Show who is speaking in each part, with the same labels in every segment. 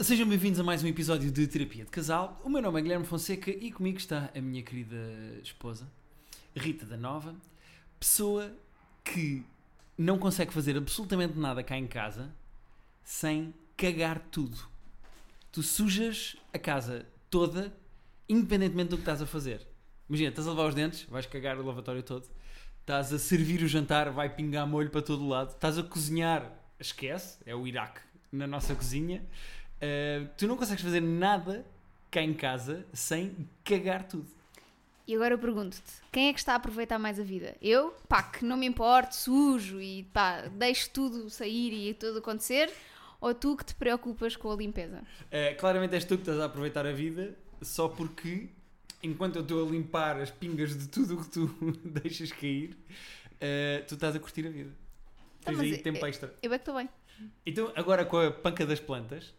Speaker 1: Sejam bem-vindos a mais um episódio de Terapia de Casal. O meu nome é Guilherme Fonseca e comigo está a minha querida esposa, Rita da Nova, pessoa que não consegue fazer absolutamente nada cá em casa sem cagar tudo. Tu sujas a casa toda, independentemente do que estás a fazer. Imagina, estás a lavar os dentes, vais cagar o lavatório todo, estás a servir o jantar, vai pingar molho para todo o lado, estás a cozinhar, esquece, é o Iraque na nossa cozinha. Uh, tu não consegues fazer nada cá em casa sem cagar tudo.
Speaker 2: E agora eu pergunto-te, quem é que está a aproveitar mais a vida? Eu? Pá, que não me importo, sujo e pá, deixo tudo sair e tudo acontecer? Ou tu que te preocupas com a limpeza?
Speaker 1: Uh, claramente és tu que estás a aproveitar a vida só porque enquanto eu estou a limpar as pingas de tudo o que tu deixas cair, uh, tu estás a curtir a vida.
Speaker 2: Tá,
Speaker 1: Tens
Speaker 2: mas
Speaker 1: aí
Speaker 2: é-
Speaker 1: tempo extra.
Speaker 2: Eu é que estou bem.
Speaker 1: Então, agora com a panca das plantas,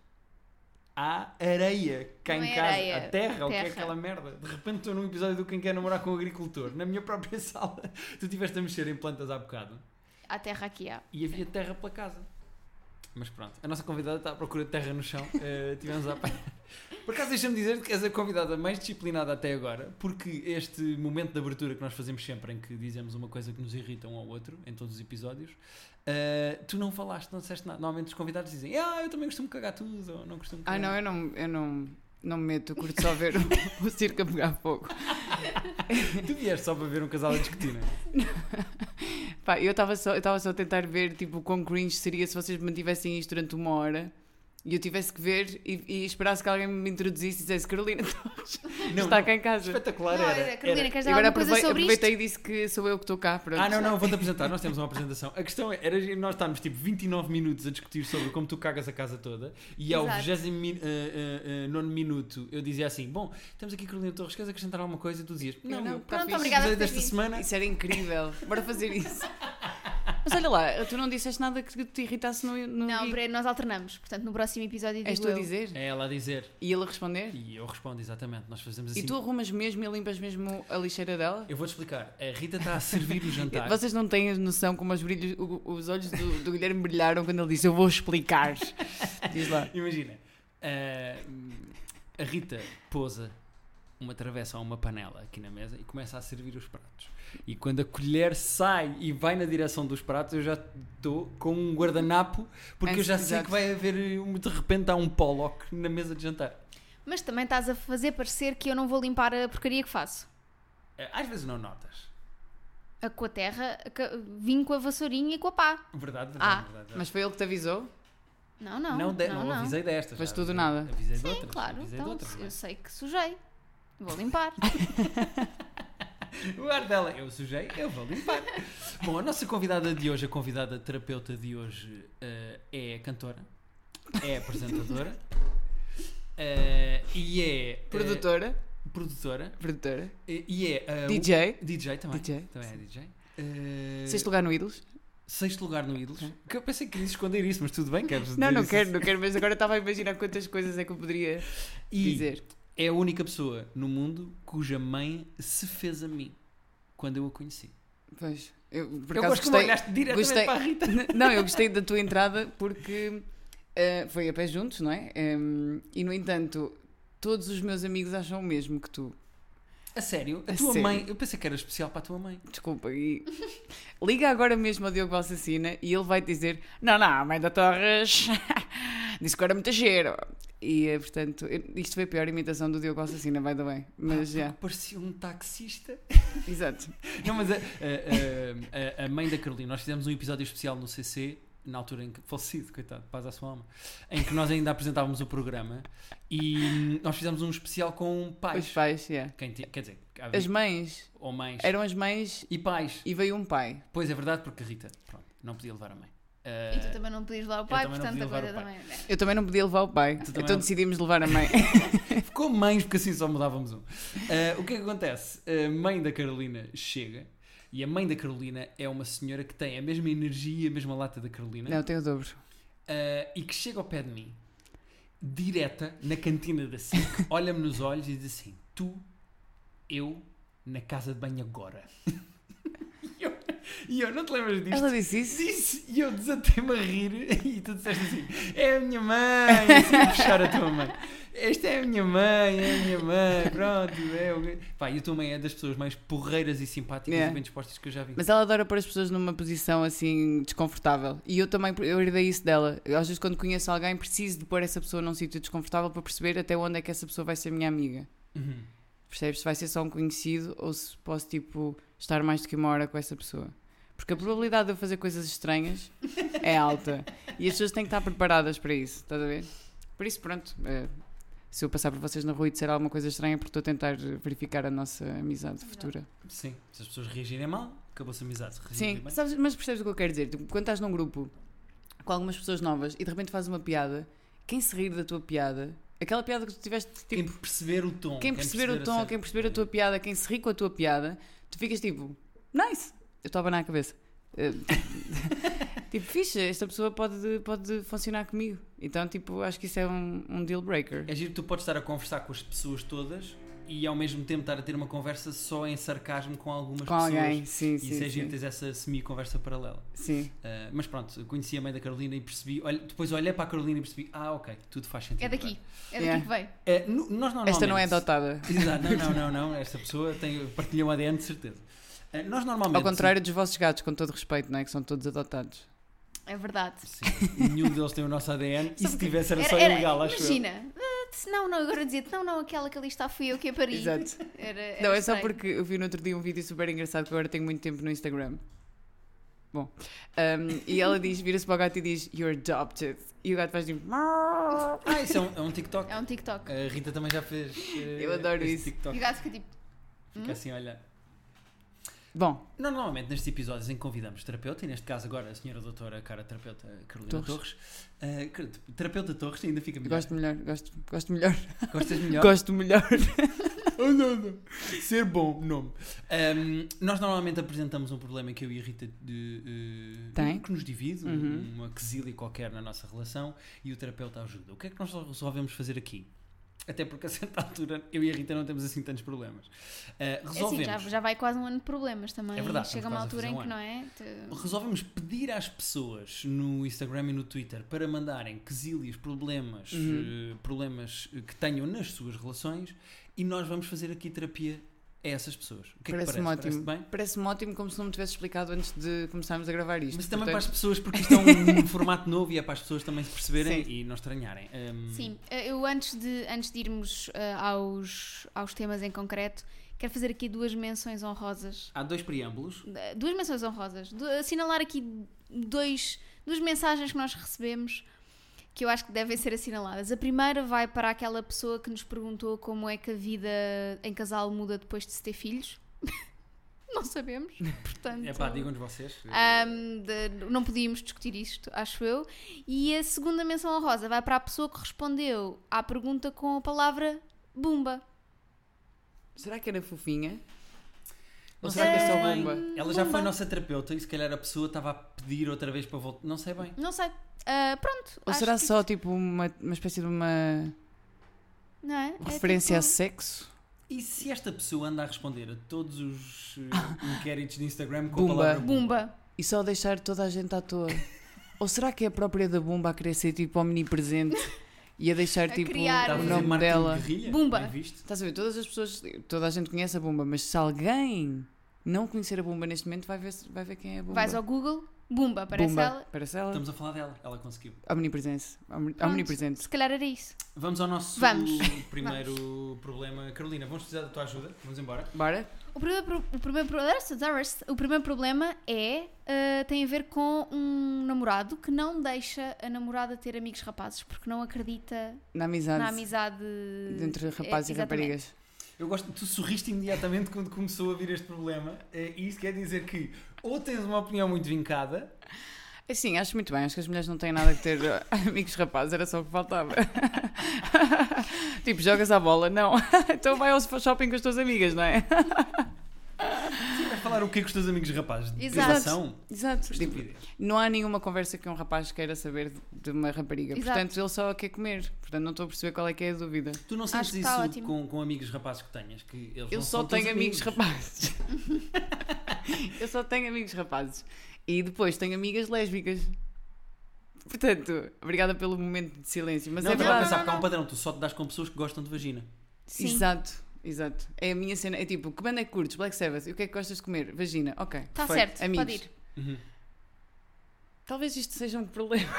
Speaker 1: há areia cá
Speaker 2: Não
Speaker 1: em
Speaker 2: é
Speaker 1: casa.
Speaker 2: areia,
Speaker 1: a terra, o que é
Speaker 2: terra.
Speaker 1: aquela merda? De repente estou num episódio do Quem Quer Namorar com o Agricultor. Na minha própria sala, tu estiveste a mexer em plantas há bocado
Speaker 2: Há terra aqui, há.
Speaker 1: e havia terra pela casa. Mas pronto, a nossa convidada está à procura de terra no chão. Eh, tivemos a Por acaso, deixa-me dizer que és a convidada mais disciplinada até agora, porque este momento de abertura que nós fazemos sempre, em que dizemos uma coisa que nos irrita um ao outro, em todos os episódios, eh, tu não falaste, não disseste nada. Normalmente os convidados dizem, ah, eu também costumo cagar tudo, ou não costumo
Speaker 3: Ah,
Speaker 1: cagar
Speaker 3: não, eu não, eu não, não me meto, eu curto só ver o, o circo a pegar fogo.
Speaker 1: Tu vieste só para ver um casal a discutir, não é?
Speaker 3: Pá, eu estava só, eu estava só a tentar ver tipo, o quão cringe seria se vocês mantivessem isto durante uma hora e eu tivesse que ver e, e esperasse que alguém me introduzisse e dissesse Carolina,
Speaker 1: Não,
Speaker 3: está é,
Speaker 1: não.
Speaker 3: cá em casa.
Speaker 1: Espetacular
Speaker 2: não,
Speaker 1: era.
Speaker 2: olha, Carolina,
Speaker 1: era.
Speaker 2: queres
Speaker 3: E
Speaker 2: dizer
Speaker 3: agora
Speaker 2: alguma coisa
Speaker 3: aprovei,
Speaker 2: sobre
Speaker 3: aproveitei
Speaker 2: isto?
Speaker 3: e disse que sou eu que estou cá. Pronto.
Speaker 1: Ah, não, não, vou-te apresentar. Nós temos uma apresentação. A questão é, era, nós estávamos tipo 29 minutos a discutir sobre como tu cagas a casa toda e ao eh,
Speaker 2: Exato.
Speaker 1: 29 minuto eu dizia assim: Bom, temos aqui Carolina Torres, queres acrescentar alguma coisa? E tu dizias: Não,
Speaker 3: não,
Speaker 1: meu,
Speaker 3: tá
Speaker 1: pronto,
Speaker 3: fixe.
Speaker 2: Obrigada
Speaker 1: obrigada
Speaker 2: por teres
Speaker 1: desta
Speaker 2: vindo."
Speaker 1: semana.
Speaker 3: Isso era incrível. Bora fazer isso. Mas olha lá, tu não disseste nada que te irritasse no, no
Speaker 2: Não,
Speaker 3: guia.
Speaker 2: peraí, nós alternamos. Portanto, no próximo episódio digo
Speaker 3: És tu a
Speaker 2: eu.
Speaker 3: dizer?
Speaker 1: É ela a dizer.
Speaker 3: E ele a responder?
Speaker 1: E eu respondo: Exatamente, nós fazemos assim.
Speaker 3: E tu arrumas mesmo e limpas mesmo a lixeira dela?
Speaker 1: Eu vou-te explicar. A Rita está a servir o jantar.
Speaker 3: Vocês não têm a noção como os, brilhos, o- os olhos do, do Guilherme brilharam quando ele disse: Eu vou explicar. Diz lá.
Speaker 1: Imagina, ah, a, a Rita pousa uma travessa ou uma panela aqui na mesa e começa a servir os pratos. E quando a colher sai e vai na direção dos pratos, eu já estou com um guardanapo, porque eu já sei
Speaker 3: Exato.
Speaker 1: que vai haver, um- de repente, há um Pollock na mesa de jantar.
Speaker 2: Mas também estás a fazer parecer que eu não vou limpar a porcaria que faço.
Speaker 1: Eh, Às vezes não notas.
Speaker 2: A- Com a terra, a ca- vim com a vassourinha e com a pá.
Speaker 1: Verdade, verdade,
Speaker 2: Ah,
Speaker 1: verdade.
Speaker 3: Mas foi ele que te avisou?
Speaker 2: Não, não.
Speaker 1: não, de-
Speaker 2: não,
Speaker 1: não avisei destas. já
Speaker 3: Foste tu do
Speaker 1: avisei-
Speaker 3: nada.
Speaker 1: Avisei de
Speaker 2: Sim,
Speaker 1: outras,
Speaker 2: claro.
Speaker 1: Avisei
Speaker 2: Então,
Speaker 1: de outras, não é?
Speaker 2: eu sei que sujei. Vou limpar.
Speaker 1: O ar dela, eu sujei, eu vou limpar. Bom, a nossa convidada de hoje, a convidada terapeuta de hoje, eh, é cantora, é apresentadora eh, e é. eh,
Speaker 3: Produtora?
Speaker 1: produtora
Speaker 3: Produtora?
Speaker 1: eh, e é. eh,
Speaker 3: DJ?
Speaker 1: o- DJ também.
Speaker 3: DJ,
Speaker 1: Também é DJ. Eh,
Speaker 3: Sexto lugar no Ídolos?
Speaker 1: sexto lugar no Ídolos.
Speaker 3: Ok.
Speaker 1: Que eu pensei que querias esconder isso, mas tudo bem, queres
Speaker 3: Não,
Speaker 1: dizer
Speaker 3: não
Speaker 1: isso?
Speaker 3: quero, não quero, mas agora estava a imaginar quantas coisas é que eu poderia
Speaker 1: E
Speaker 3: dizer.
Speaker 1: é a única pessoa no mundo cuja mãe se fez a mim quando eu a conheci.
Speaker 3: Pois, eu por
Speaker 1: eu
Speaker 3: acaso
Speaker 1: gosto que me
Speaker 3: gostei.
Speaker 1: olhaste diretamente
Speaker 3: gostei-
Speaker 1: para a Rita.
Speaker 3: Não, eu gostei da tua entrada porque eh, foi a pé juntos, não é? Em, e no entanto, todos os meus amigos acham o mesmo que tu.
Speaker 1: A sério? A,
Speaker 3: A
Speaker 1: tua
Speaker 3: sério.
Speaker 1: mãe. Eu pensei que era especial para a tua mãe.
Speaker 3: Desculpa, e liga agora mesmo ao Diogo Balsacina e ele vai te dizer: Não, não, a mãe da Torres disse que era muito giro. E eh, portanto, eu- isto foi a pior imitação do Diogo Balsacina, vai da bem. Mas já,
Speaker 1: Porque Parecia um taxista.
Speaker 3: exato.
Speaker 1: Não, mas a, a- a- a- a mãe da Carolina, nós fizemos um episódio especial no CC, na altura em que. Falecido, coitado, paz à sua alma. Em que nós ainda apresentávamos o programa e nós fizemos um especial com
Speaker 3: Os
Speaker 1: pais.
Speaker 3: pais, yeah.
Speaker 1: Quem ti- quer dizer, havia-
Speaker 3: As mães
Speaker 1: ou mães.
Speaker 3: eram as mães
Speaker 1: E pais.
Speaker 3: e veio um pai.
Speaker 1: Pois é verdade, porque Rita, pronto, não podia levar a mãe.
Speaker 2: E tu
Speaker 1: Ah,
Speaker 2: também não podias levar o pai,
Speaker 1: também não
Speaker 2: portanto
Speaker 1: podia
Speaker 2: a
Speaker 1: levar
Speaker 2: coisa
Speaker 1: o
Speaker 2: também. né?
Speaker 3: Eu também não podia levar o pai,
Speaker 1: Tu também
Speaker 3: então
Speaker 1: não-
Speaker 3: decidimos levar a mãe.
Speaker 1: Ficou mães, porque assim só mudávamos um. Ah, o que é que acontece? A mãe da Carolina chega e a mãe da Carolina é uma senhora que tem a mesma energia, a mesma lata da Carolina
Speaker 3: não, tem o dobro.
Speaker 1: ah, e que chega ao pé de mim, direta, na cantina da SIC, olha-me nos olhos e diz assim: Tu, eu, na casa de banho agora. E eu- E eu, não te lembras disto?
Speaker 3: Ela disse isso?
Speaker 1: Disse, e eu desatei-me a rir e tu disseste assim, é a minha mãe, assim, a puxar a tua mãe. Esta é a minha mãe, é a minha mãe, pronto. É o... Pá, e a tua mãe é das pessoas mais porreiras e simpáticas
Speaker 3: É.
Speaker 1: e bem dispostas que eu já vi.
Speaker 3: Mas ela adora pôr as pessoas numa posição assim desconfortável. E eu também eu herdei isso dela. Eu, Às vezes, quando conheço alguém, preciso de pôr essa pessoa num sítio desconfortável para perceber até onde é que essa pessoa vai ser minha amiga.
Speaker 1: Uhum.
Speaker 3: Percebes? Se vai ser só um conhecido ou se posso, tipo, estar mais do que uma hora com essa pessoa. Porque a probabilidade de eu fazer coisas estranhas é alta. E as pessoas têm que estar preparadas para isso, estás a ver? Por isso, pronto. eh, se eu passar por vocês na rua e disser alguma coisa estranha, é porque estou a tentar verificar a nossa amizade futura.
Speaker 1: Sim, se as pessoas reagirem mal, acabou-se a amizade. Se reagirem
Speaker 3: Sim,
Speaker 1: bem,
Speaker 3: sabes- mas percebes o que eu quero dizer? Tipo, quando estás num grupo com algumas pessoas novas e de repente fazes uma piada, quem se rir da tua piada, aquela piada que tu tiveste, tipo,
Speaker 1: quem perceber o tom.
Speaker 3: quem perceber o
Speaker 1: a
Speaker 3: tom,
Speaker 1: sério.
Speaker 3: quem perceber a tua piada, quem se ri com a tua piada, tu ficas tipo, nice, eu estou a abanar a cabeça. Eh, tipo, fixe, esta pessoa pode, pode funcionar comigo. Então, tipo, acho que isso é um, um deal breaker.
Speaker 1: É giro que tu podes estar a conversar com as pessoas todas e ao mesmo tempo estar a ter uma conversa só em sarcasmo com algumas
Speaker 3: com
Speaker 1: pessoas.
Speaker 3: alguém, sim,
Speaker 1: E
Speaker 3: sim.
Speaker 1: isso é giro,
Speaker 3: Sim,
Speaker 1: tens essa semi-conversa paralela.
Speaker 3: sim.
Speaker 1: Ah, mas pronto, eu conheci a mãe da Carolina e percebi, olhe- depois olhei para a Carolina e percebi, ah, ok, tudo faz sentido.
Speaker 2: É daqui. É daqui
Speaker 3: Yeah.
Speaker 2: que veio.
Speaker 1: agora. Ah, nu- nós normalmente,
Speaker 3: Esta não é adotada.
Speaker 1: Exato, não, não, não, não, esta pessoa tem, partilhou um ADN de certeza. Ah, nós normalmente.
Speaker 3: Ao contrário dos vossos gatos, com todo respeito, não é? Que são todos adotados.
Speaker 2: É verdade.
Speaker 1: Sim, nenhum deles tem o nosso ADN e se tivesse era, só
Speaker 2: Era- era-
Speaker 1: ilegal, acho eu.
Speaker 2: Imagina. Ah, disse, não, não, agora dizia-te, não, não, aquela que ali está fui eu que a pari.
Speaker 3: Exato.
Speaker 2: Era- era
Speaker 3: Não, é só
Speaker 2: estranho.
Speaker 3: porque eu vi no outro dia um vídeo super engraçado que agora tenho muito tempo no Instagram. Bom, um, e ela diz, vira-se para o gato e diz, You're adopted. E o gato faz tipo, "Mau".
Speaker 1: Ah, isso é um, é um TikTok.
Speaker 2: É um TikTok.
Speaker 1: A Rita também já fez. eh,
Speaker 3: Eu adoro
Speaker 1: esse
Speaker 3: isso.
Speaker 1: TikTok.
Speaker 2: E o gato fica tipo,
Speaker 1: Fica assim, olha.
Speaker 3: Bom,
Speaker 1: Nós, Normalmente nestes episódios em que convidamos terapeuta, e neste caso agora a senhora doutora, cara terapeuta Carolina
Speaker 3: Torres.
Speaker 1: Torres, eh, car- terapeuta Torres, ainda fica melhor.
Speaker 3: gosto melhor, gosto, gosto melhor,
Speaker 1: Gostas melhor?
Speaker 3: gosto melhor.
Speaker 1: Oh, não, não. Ser bom, nome. Ahm, nós normalmente apresentamos um problema que eu e a Rita de, eh,
Speaker 3: Tem.
Speaker 1: que nos divide, um-
Speaker 3: Uhum.
Speaker 1: uma quesilha qualquer na nossa relação, e o terapeuta ajuda. O que é que nós resolvemos fazer aqui? Até porque a certa altura eu e a Rita não temos assim tantos problemas. Ah,
Speaker 2: é assim,
Speaker 1: resolvemos.
Speaker 2: já, já vai quase um ano de problemas também.
Speaker 1: É verdade,
Speaker 2: Chega
Speaker 1: estamos
Speaker 2: uma
Speaker 1: quase a
Speaker 2: altura em que, não
Speaker 1: fazer um
Speaker 2: é? Tu-
Speaker 1: Resolvemos pedir às pessoas no Instagram e no Twitter para mandarem quesílios, problemas,
Speaker 3: Uhum.
Speaker 1: eh, problemas que tenham nas suas relações e nós vamos fazer aqui terapia a essas pessoas. O que é que parece?
Speaker 3: Parece-me ótimo.
Speaker 1: Parece-te bem?
Speaker 3: Parece-me ótimo como se não me tivesse explicado antes de começarmos a gravar isto.
Speaker 1: Mas também para as
Speaker 3: Portanto,
Speaker 1: pessoas, porque isto é um formato novo e é para as pessoas também se perceberem
Speaker 3: Sim.
Speaker 1: e não estranharem. Ahm,
Speaker 2: Sim, eh, eu antes de, antes de irmos eh, aos, aos temas em concreto, quero fazer aqui duas menções honrosas.
Speaker 1: Há dois preâmbulos.
Speaker 2: Eh, Duas menções honrosas. Du- assinalar aqui dois, duas mensagens que nós recebemos que eu acho que devem ser assinaladas. A primeira vai para aquela pessoa que nos perguntou como é que a vida em casal muda depois de se ter filhos. não sabemos, portanto.
Speaker 1: É pá, digam-nos vocês.
Speaker 2: Ah, Ahm, de- não podíamos discutir isto, acho eu. E a segunda menção honrosa vai para a pessoa que respondeu à pergunta com a palavra bumba.
Speaker 3: Será que era fofinha?
Speaker 1: Não
Speaker 3: Ou
Speaker 1: sei
Speaker 3: será que é só
Speaker 1: bem.
Speaker 3: bomba?
Speaker 1: Ela já foi
Speaker 2: Bomba.
Speaker 1: nossa terapeuta e se calhar a pessoa estava a pedir outra vez para voltar. Não sei bem.
Speaker 2: Não sei. Ah, pronto.
Speaker 3: Ou
Speaker 2: acho
Speaker 3: será
Speaker 2: que-
Speaker 3: só tipo uma, uma espécie de uma
Speaker 2: não é? É
Speaker 3: referência a
Speaker 2: tipo-
Speaker 3: sexo?
Speaker 1: E se esta pessoa anda a responder a todos os eh, inquéritos de Instagram com
Speaker 3: Bumba.
Speaker 1: a palavra
Speaker 2: Bumba.
Speaker 3: E só deixar toda a gente à toa? Ou será que é a própria da Bumba a querer ser tipo omnipresente e a deixar
Speaker 2: A
Speaker 3: tipo
Speaker 2: criar-
Speaker 1: Está Tá a
Speaker 3: o
Speaker 1: fazer
Speaker 3: nome
Speaker 1: marketing de
Speaker 3: dela?
Speaker 1: guerrilha?
Speaker 2: Bumba.
Speaker 1: Bem visto.
Speaker 3: Estás a ver? Todas as pessoas, toda a gente conhece a Bumba, mas se alguém não conhecer a Bumba neste momento, vai ver, vai ver quem é a Bumba.
Speaker 2: Vais ao Google, bumba, aparece
Speaker 3: Bumba.
Speaker 2: ela.
Speaker 3: Parece ela.
Speaker 1: Estamos a falar dela, ela conseguiu.
Speaker 3: Omnipresente. Omni-
Speaker 2: Pronto.
Speaker 3: Omnipresente.
Speaker 2: Se calhar era isso.
Speaker 1: Vamos ao nosso
Speaker 2: Vamos.
Speaker 1: primeiro problema. Carolina, vamos precisar da tua ajuda. Vamos embora.
Speaker 3: Bora?
Speaker 2: O primeiro, pro- o primeiro, pro- o primeiro problema é ah, tem a ver com um namorado que não deixa a namorada ter amigos rapazes porque não acredita
Speaker 3: Na amizade.
Speaker 2: na amizade
Speaker 3: Entre rapazes
Speaker 2: É,
Speaker 3: e
Speaker 2: exatamente.
Speaker 3: raparigas.
Speaker 1: Eu gosto, tu sorriste imediatamente quando começou a vir este problema. eh, E isso quer dizer que ou tens uma opinião muito vincada,
Speaker 3: Assim, acho muito bem. Acho que as mulheres não têm nada que ter amigos rapazes, era só o que faltava. tipo, jogas à bola? Não. então vai ao shopping com as tuas amigas, não é?
Speaker 1: tu vais falar o que é que os teus amigos rapazes de
Speaker 2: Exato.
Speaker 1: relação.
Speaker 3: Exato. Tipo,
Speaker 1: Estupidez.
Speaker 3: Não há nenhuma conversa que um rapaz queira saber de uma rapariga.
Speaker 2: Exato.
Speaker 3: Portanto, ele só quer comer. Portanto, não estou a perceber qual é que é a dúvida.
Speaker 1: Tu não
Speaker 2: Acho
Speaker 1: sentes
Speaker 2: que está
Speaker 1: isso
Speaker 2: ótimo.
Speaker 1: com, com amigos rapazes que tenhas? Que eles
Speaker 3: Eu
Speaker 1: não
Speaker 3: só
Speaker 1: são teus
Speaker 3: tenho amigos, rapazes. eu só tenho amigos rapazes. E depois tenho amigas lésbicas. Portanto, obrigada pelo momento de silêncio. Mas
Speaker 1: não,
Speaker 3: é
Speaker 1: estava a
Speaker 3: verdade.
Speaker 1: pensar porque há um padrão, tu só te das com pessoas que gostam de vagina.
Speaker 2: Sim.
Speaker 3: Exato, exato. É a minha cena. É tipo, que banda é que curtes? Black Sabbath. E o que é que gostas de comer? Vagina. Ok.
Speaker 2: Está
Speaker 1: Perfeito.
Speaker 2: Tá certo,
Speaker 3: Amigos.
Speaker 2: pode ir.
Speaker 3: Talvez isto seja um problema.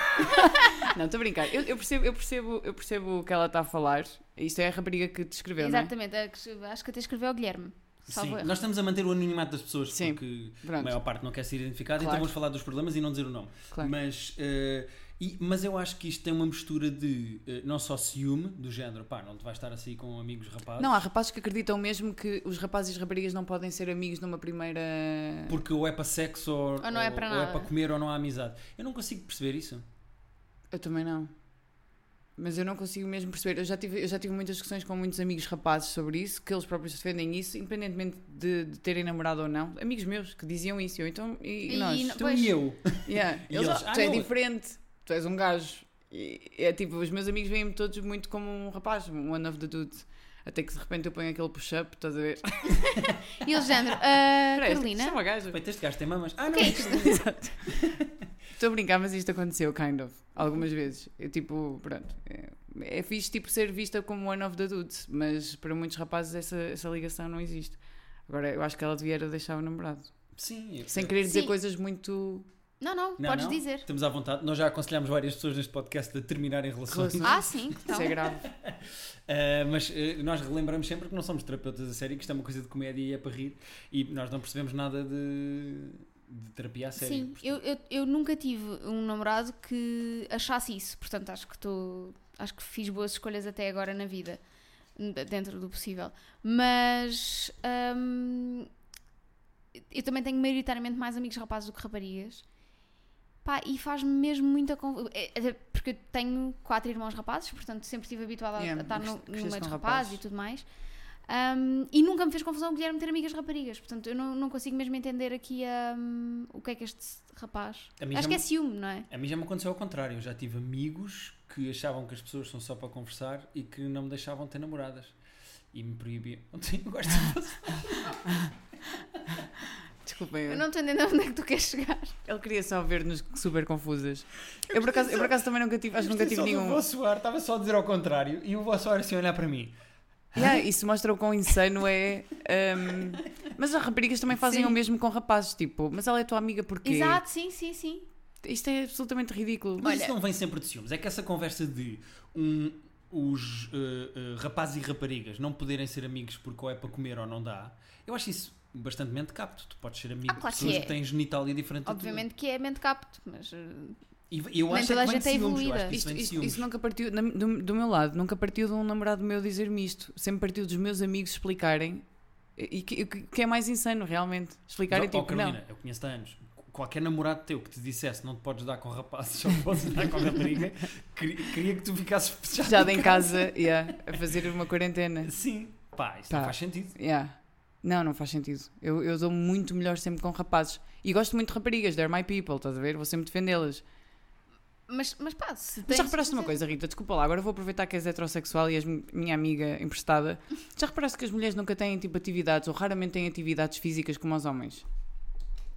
Speaker 3: não, estou a brincar. Eu, eu percebo, eu, percebo, eu percebo o que ela está a falar. Isto é a rapariga que descreveu, não é?
Speaker 2: Exatamente, a que- acho que até escreveu o Guilherme.
Speaker 1: Sim,
Speaker 2: Salvo erro.
Speaker 1: nós estamos a manter o anonimato das pessoas
Speaker 3: Sim,
Speaker 1: porque a
Speaker 3: Pronto.
Speaker 1: maior parte não quer ser identificada,
Speaker 3: Claro.
Speaker 1: então vamos falar dos problemas e não dizer o nome.
Speaker 3: Claro.
Speaker 1: Mas, eh, e- mas eu acho que isto tem uma mistura de eh, não só ciúme, do género, pá, não te vais estar assim com amigos rapazes.
Speaker 3: Não, há rapazes que acreditam mesmo que os rapazes e as raparigas não podem ser amigos numa primeira.
Speaker 1: Porque ou é para sexo ou,
Speaker 2: Ou não é para
Speaker 1: ou
Speaker 2: nada.
Speaker 1: para comer ou não há amizade. Eu não consigo perceber isso.
Speaker 3: Eu também não. Mas eu não consigo mesmo perceber. Eu já, tive, eu já tive muitas discussões com muitos amigos rapazes sobre isso, que eles próprios defendem isso, independentemente de, de terem namorado ou não. Amigos meus que diziam isso. Eu, então, e,
Speaker 2: E
Speaker 3: e nós?
Speaker 2: não-
Speaker 1: Então
Speaker 2: Pois.
Speaker 1: e eu?
Speaker 3: Yeah.
Speaker 1: E
Speaker 3: Eles,
Speaker 1: eles,
Speaker 3: "Ah,
Speaker 1: "Ah,
Speaker 3: tu és
Speaker 1: não."
Speaker 3: diferente, tu és um gajo. E é tipo, os meus amigos veem-me todos muito como um rapaz, um one of the dude. Até que de repente eu ponho aquele push-up, estás a ver?
Speaker 2: E o género, ah,
Speaker 3: Espera, isto- isto é
Speaker 2: Carolina,
Speaker 3: uma gaja.
Speaker 1: Bem, este gajo tem mamas. Ah, não,
Speaker 2: que é
Speaker 1: isto-
Speaker 3: Estou a brincar, mas isto aconteceu, kind of. Algumas vezes. Eu, tipo, pronto. É, é fixe tipo, ser vista como one of the dudes, mas para muitos rapazes essa, essa ligação não existe. Agora, eu acho que ela devia era deixar o namorado.
Speaker 1: Sim, eu-
Speaker 3: Sem querer dizer
Speaker 2: Sim.
Speaker 3: coisas muito.
Speaker 2: não, não,
Speaker 1: Não,
Speaker 2: podes
Speaker 1: não,
Speaker 2: dizer.
Speaker 1: Estamos à vontade. Nós já aconselhámos várias pessoas neste podcast a terminarem relações.
Speaker 3: Relações.
Speaker 2: Ah, sim, então.
Speaker 3: Isso é grave.
Speaker 1: Uh, mas uh, nós relembramos sempre que não somos terapeutas a sério, que isto é uma coisa de comédia e é para rir, e nós não percebemos nada de, de terapia a sério.
Speaker 2: Sim,
Speaker 1: portanto.
Speaker 2: eu, eu, eu nunca tive um namorado que achasse isso, portanto acho que estou acho que fiz boas escolhas até agora na vida, n- dentro do possível. Mas hum, eu também tenho maioritariamente mais amigos rapazes do que raparigas. Pá, e faz-me mesmo muita confusão. Porque eu tenho quatro irmãos rapazes, portanto sempre estive habituada a-
Speaker 3: Yeah,
Speaker 2: a estar no,
Speaker 3: cresceste
Speaker 2: no meio de rapazes
Speaker 3: com rapazes.
Speaker 2: e tudo mais. Um, e nunca me fez confusão o Guilherme ter amigas raparigas, portanto eu não, não consigo mesmo entender aqui um, o que é que este rapaz.
Speaker 1: A mim
Speaker 2: Acho
Speaker 1: já
Speaker 2: que é
Speaker 1: me-
Speaker 2: ciúme, não é?
Speaker 1: A mim já me aconteceu ao contrário, eu já tive amigos que achavam que as pessoas são só para conversar e que não me deixavam ter namoradas. E me proibiam. Ontem eu gosto
Speaker 3: Ah,
Speaker 1: de fazer.
Speaker 3: Desculpem.
Speaker 2: Eu não estou a entender onde é que tu queres chegar.
Speaker 3: Ele queria só ver-nos super confusas. Eu, por acaso, eu por acaso também nunca tive, acho que nunca tive
Speaker 1: O
Speaker 3: nenhum.
Speaker 1: vosso ar estava só a dizer ao contrário e o vosso ar assim a olhar para mim.
Speaker 3: Yeah, isso mostra o quão insano é. hum, mas as raparigas também fazem
Speaker 1: Sim.
Speaker 3: o mesmo com rapazes, tipo, mas ela é tua amiga porque
Speaker 2: Exato, sim, sim, sim.
Speaker 3: isto é absolutamente ridículo.
Speaker 1: Mas isso não vem sempre de ciúmes. É que essa conversa de um, os eh, eh, rapazes e raparigas não poderem ser amigos porque ou é para comer ou não dá, eu acho isso bastantemente capto. Tu podes ser amigo
Speaker 2: Ah, claro
Speaker 1: de
Speaker 2: que
Speaker 1: pessoas
Speaker 2: é.
Speaker 1: que têm genitália diferente
Speaker 3: Então,
Speaker 2: Obviamente que é mente capto, mas uh,
Speaker 1: de tu. E eu
Speaker 2: Nem
Speaker 1: acho
Speaker 2: toda
Speaker 1: é
Speaker 2: a
Speaker 1: que vem de
Speaker 2: gente é
Speaker 1: ciúmes. Eu acho
Speaker 2: evoluída.
Speaker 1: que isso
Speaker 3: Isto,
Speaker 1: vem de
Speaker 3: isto-
Speaker 1: ciúmes.
Speaker 3: isso nunca partiu, na- do, do meu lado, nunca partiu de um namorado meu dizer-me isto. Sempre partiu dos meus amigos explicarem. E que, que- que é mais insano, realmente. Explicarem,
Speaker 1: Oh,
Speaker 3: tipo,
Speaker 1: Carolina,
Speaker 3: não.
Speaker 1: eu conheço-te há anos. Qu- Qualquer namorado teu que te dissesse não te podes dar com rapazes, só podes dar com rapariga, queria, queria que tu ficasses fechado.
Speaker 3: Fechada em casa, yeah, a fazer uma quarentena.
Speaker 1: Sim. Pá, isso
Speaker 2: Tá.
Speaker 3: Pá.
Speaker 1: não faz sentido.
Speaker 3: Yeah. Não, não faz sentido. Eu, eu dou muito melhor sempre com rapazes. E gosto muito de raparigas, they're my people, estás a ver? Vou sempre defendê-las.
Speaker 2: mas, mas pá, se
Speaker 3: Mas
Speaker 2: tens.
Speaker 3: já reparaste numa coisa, Rita? Desculpa lá, agora vou aproveitar que és heterossexual e és mi- minha amiga emprestada. Já reparaste que as mulheres nunca têm tipo atividades ou raramente têm atividades físicas como os homens?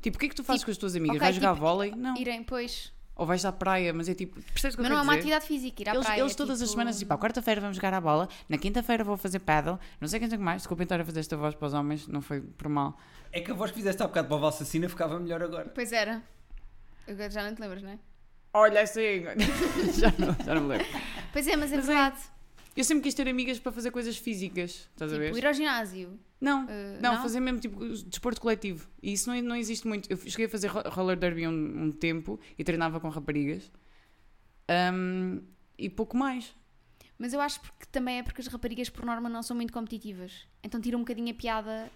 Speaker 3: Tipo, o que é que tu fazes com as tuas amigas?
Speaker 2: ok,
Speaker 3: vais jogar
Speaker 2: tipo,
Speaker 3: vôlei? Não.
Speaker 2: Irem, pois.
Speaker 3: Ou vais à praia, mas é tipo. Percebes o que
Speaker 2: Mas não
Speaker 3: eu
Speaker 2: é
Speaker 3: quero
Speaker 2: uma
Speaker 3: dizer?
Speaker 2: atividade física, ir à
Speaker 3: Eles,
Speaker 2: praia.
Speaker 3: eles todas as
Speaker 2: tipo,
Speaker 3: semanas, tipo, à quarta-feira vamos jogar à bola, na quinta-feira vou fazer paddle, não sei quem tem mais. Desculpa estar a fazer esta voz para os homens, não foi por mal.
Speaker 1: É que a voz que fizeste há bocado para a valsacina ficava melhor agora.
Speaker 2: Pois era. Agora já não te lembras, não é?
Speaker 3: Olha assim! já, não, já não me lembro.
Speaker 2: Pois é, mas é
Speaker 3: Mas é,
Speaker 2: verdade.
Speaker 3: Eu sempre quis ter amigas para fazer coisas físicas, estás a ver?
Speaker 2: Tipo, ir ao ginásio.
Speaker 3: Não,
Speaker 2: Eh,
Speaker 3: não,
Speaker 2: não?
Speaker 3: fazer mesmo tipo desporto coletivo. E isso não, não existe muito. Eu cheguei a fazer ro- roller derby um, um tempo e treinava com raparigas. Ahm, e pouco mais.
Speaker 2: Mas eu acho que também é porque as raparigas, por norma, não são muito competitivas. Então tira um bocadinho a piada.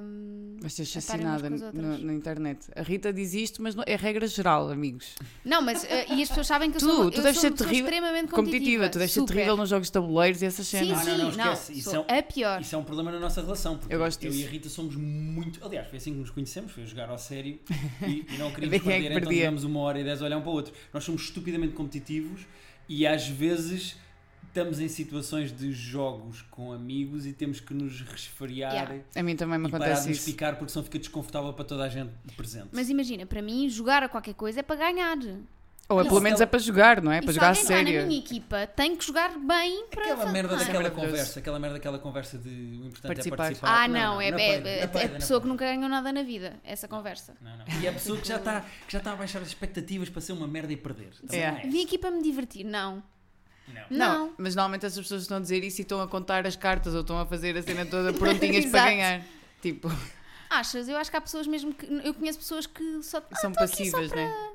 Speaker 2: hum,
Speaker 3: Vais ser
Speaker 2: estarem umas
Speaker 3: assassinada
Speaker 2: com as outras.
Speaker 3: no- na internet. A Rita diz isto, mas não- é regra geral, amigos.
Speaker 2: Não, mas. uh, e as pessoas sabem que eu
Speaker 3: Tu-
Speaker 2: sou,
Speaker 3: tu
Speaker 2: eu
Speaker 3: deves
Speaker 2: sou
Speaker 3: ser
Speaker 2: uma pessoa
Speaker 3: terrível-
Speaker 2: extremamente competitiva.
Speaker 3: Competitiva, tu deves ser
Speaker 2: super.
Speaker 3: terrível nos jogos de tabuleiros e essas
Speaker 2: Sim,
Speaker 3: cenas.
Speaker 1: não,
Speaker 2: sim,
Speaker 1: não,
Speaker 2: não.
Speaker 1: esquece. Isso
Speaker 2: sou
Speaker 1: é
Speaker 2: a pior.
Speaker 1: Isso é um problema na nossa relação, porque
Speaker 3: Eu gosto
Speaker 1: eu e
Speaker 3: disso.
Speaker 1: a Rita somos muito. Aliás, foi assim que nos conhecemos, foi a jogar ao sério e, e não queríamos
Speaker 3: Bem, é que
Speaker 1: perder, então
Speaker 3: perdia.
Speaker 1: tivemos uma hora e dez a olhar um para o outro. Nós somos estupidamente competitivos e às vezes estamos em situações de jogos com amigos e temos que nos resfriar
Speaker 2: Yeah.
Speaker 3: A mim também me
Speaker 1: e parar
Speaker 3: acontece
Speaker 1: de nos
Speaker 3: isso.
Speaker 1: picar porque senão fica desconfortável para toda a gente presente.
Speaker 2: Mas imagina, para mim, jogar a qualquer coisa é para ganhar.
Speaker 3: Ou
Speaker 1: Não,
Speaker 3: é, pelo menos
Speaker 1: não.
Speaker 3: é para jogar, não é?
Speaker 2: e
Speaker 3: para
Speaker 2: se
Speaker 3: jogar a
Speaker 2: alguém está na
Speaker 3: sério.
Speaker 2: minha equipa, tem que jogar bem para.
Speaker 1: Aquela merda
Speaker 2: não é?
Speaker 1: daquela
Speaker 3: maravilhoso.
Speaker 1: conversa, aquela merda daquela conversa de o importante
Speaker 3: Participar.
Speaker 1: é participar.
Speaker 2: Ah, não, é,
Speaker 1: na
Speaker 2: é-
Speaker 1: peida,
Speaker 2: é-
Speaker 1: na
Speaker 2: é
Speaker 1: peida,
Speaker 2: a
Speaker 1: na
Speaker 2: pessoa que
Speaker 1: peida.
Speaker 2: nunca ganhou nada na vida, essa conversa.
Speaker 1: Não, não. E é a pessoa que já está que já está a baixar as expectativas para ser uma merda e perder. Também
Speaker 3: É.
Speaker 1: não é.
Speaker 2: Vim aqui para me divertir, não.
Speaker 1: Não.
Speaker 2: Não.
Speaker 3: mas normalmente essas pessoas estão a dizer isso e estão a contar as cartas ou estão a fazer a cena toda prontinhas para
Speaker 2: Exato.
Speaker 3: ganhar. Tipo,
Speaker 2: Achas? Eu acho que há pessoas mesmo que. Eu conheço pessoas que só. Ah,
Speaker 3: são
Speaker 2: tô aqui só
Speaker 3: passivas,
Speaker 2: para-
Speaker 3: não é?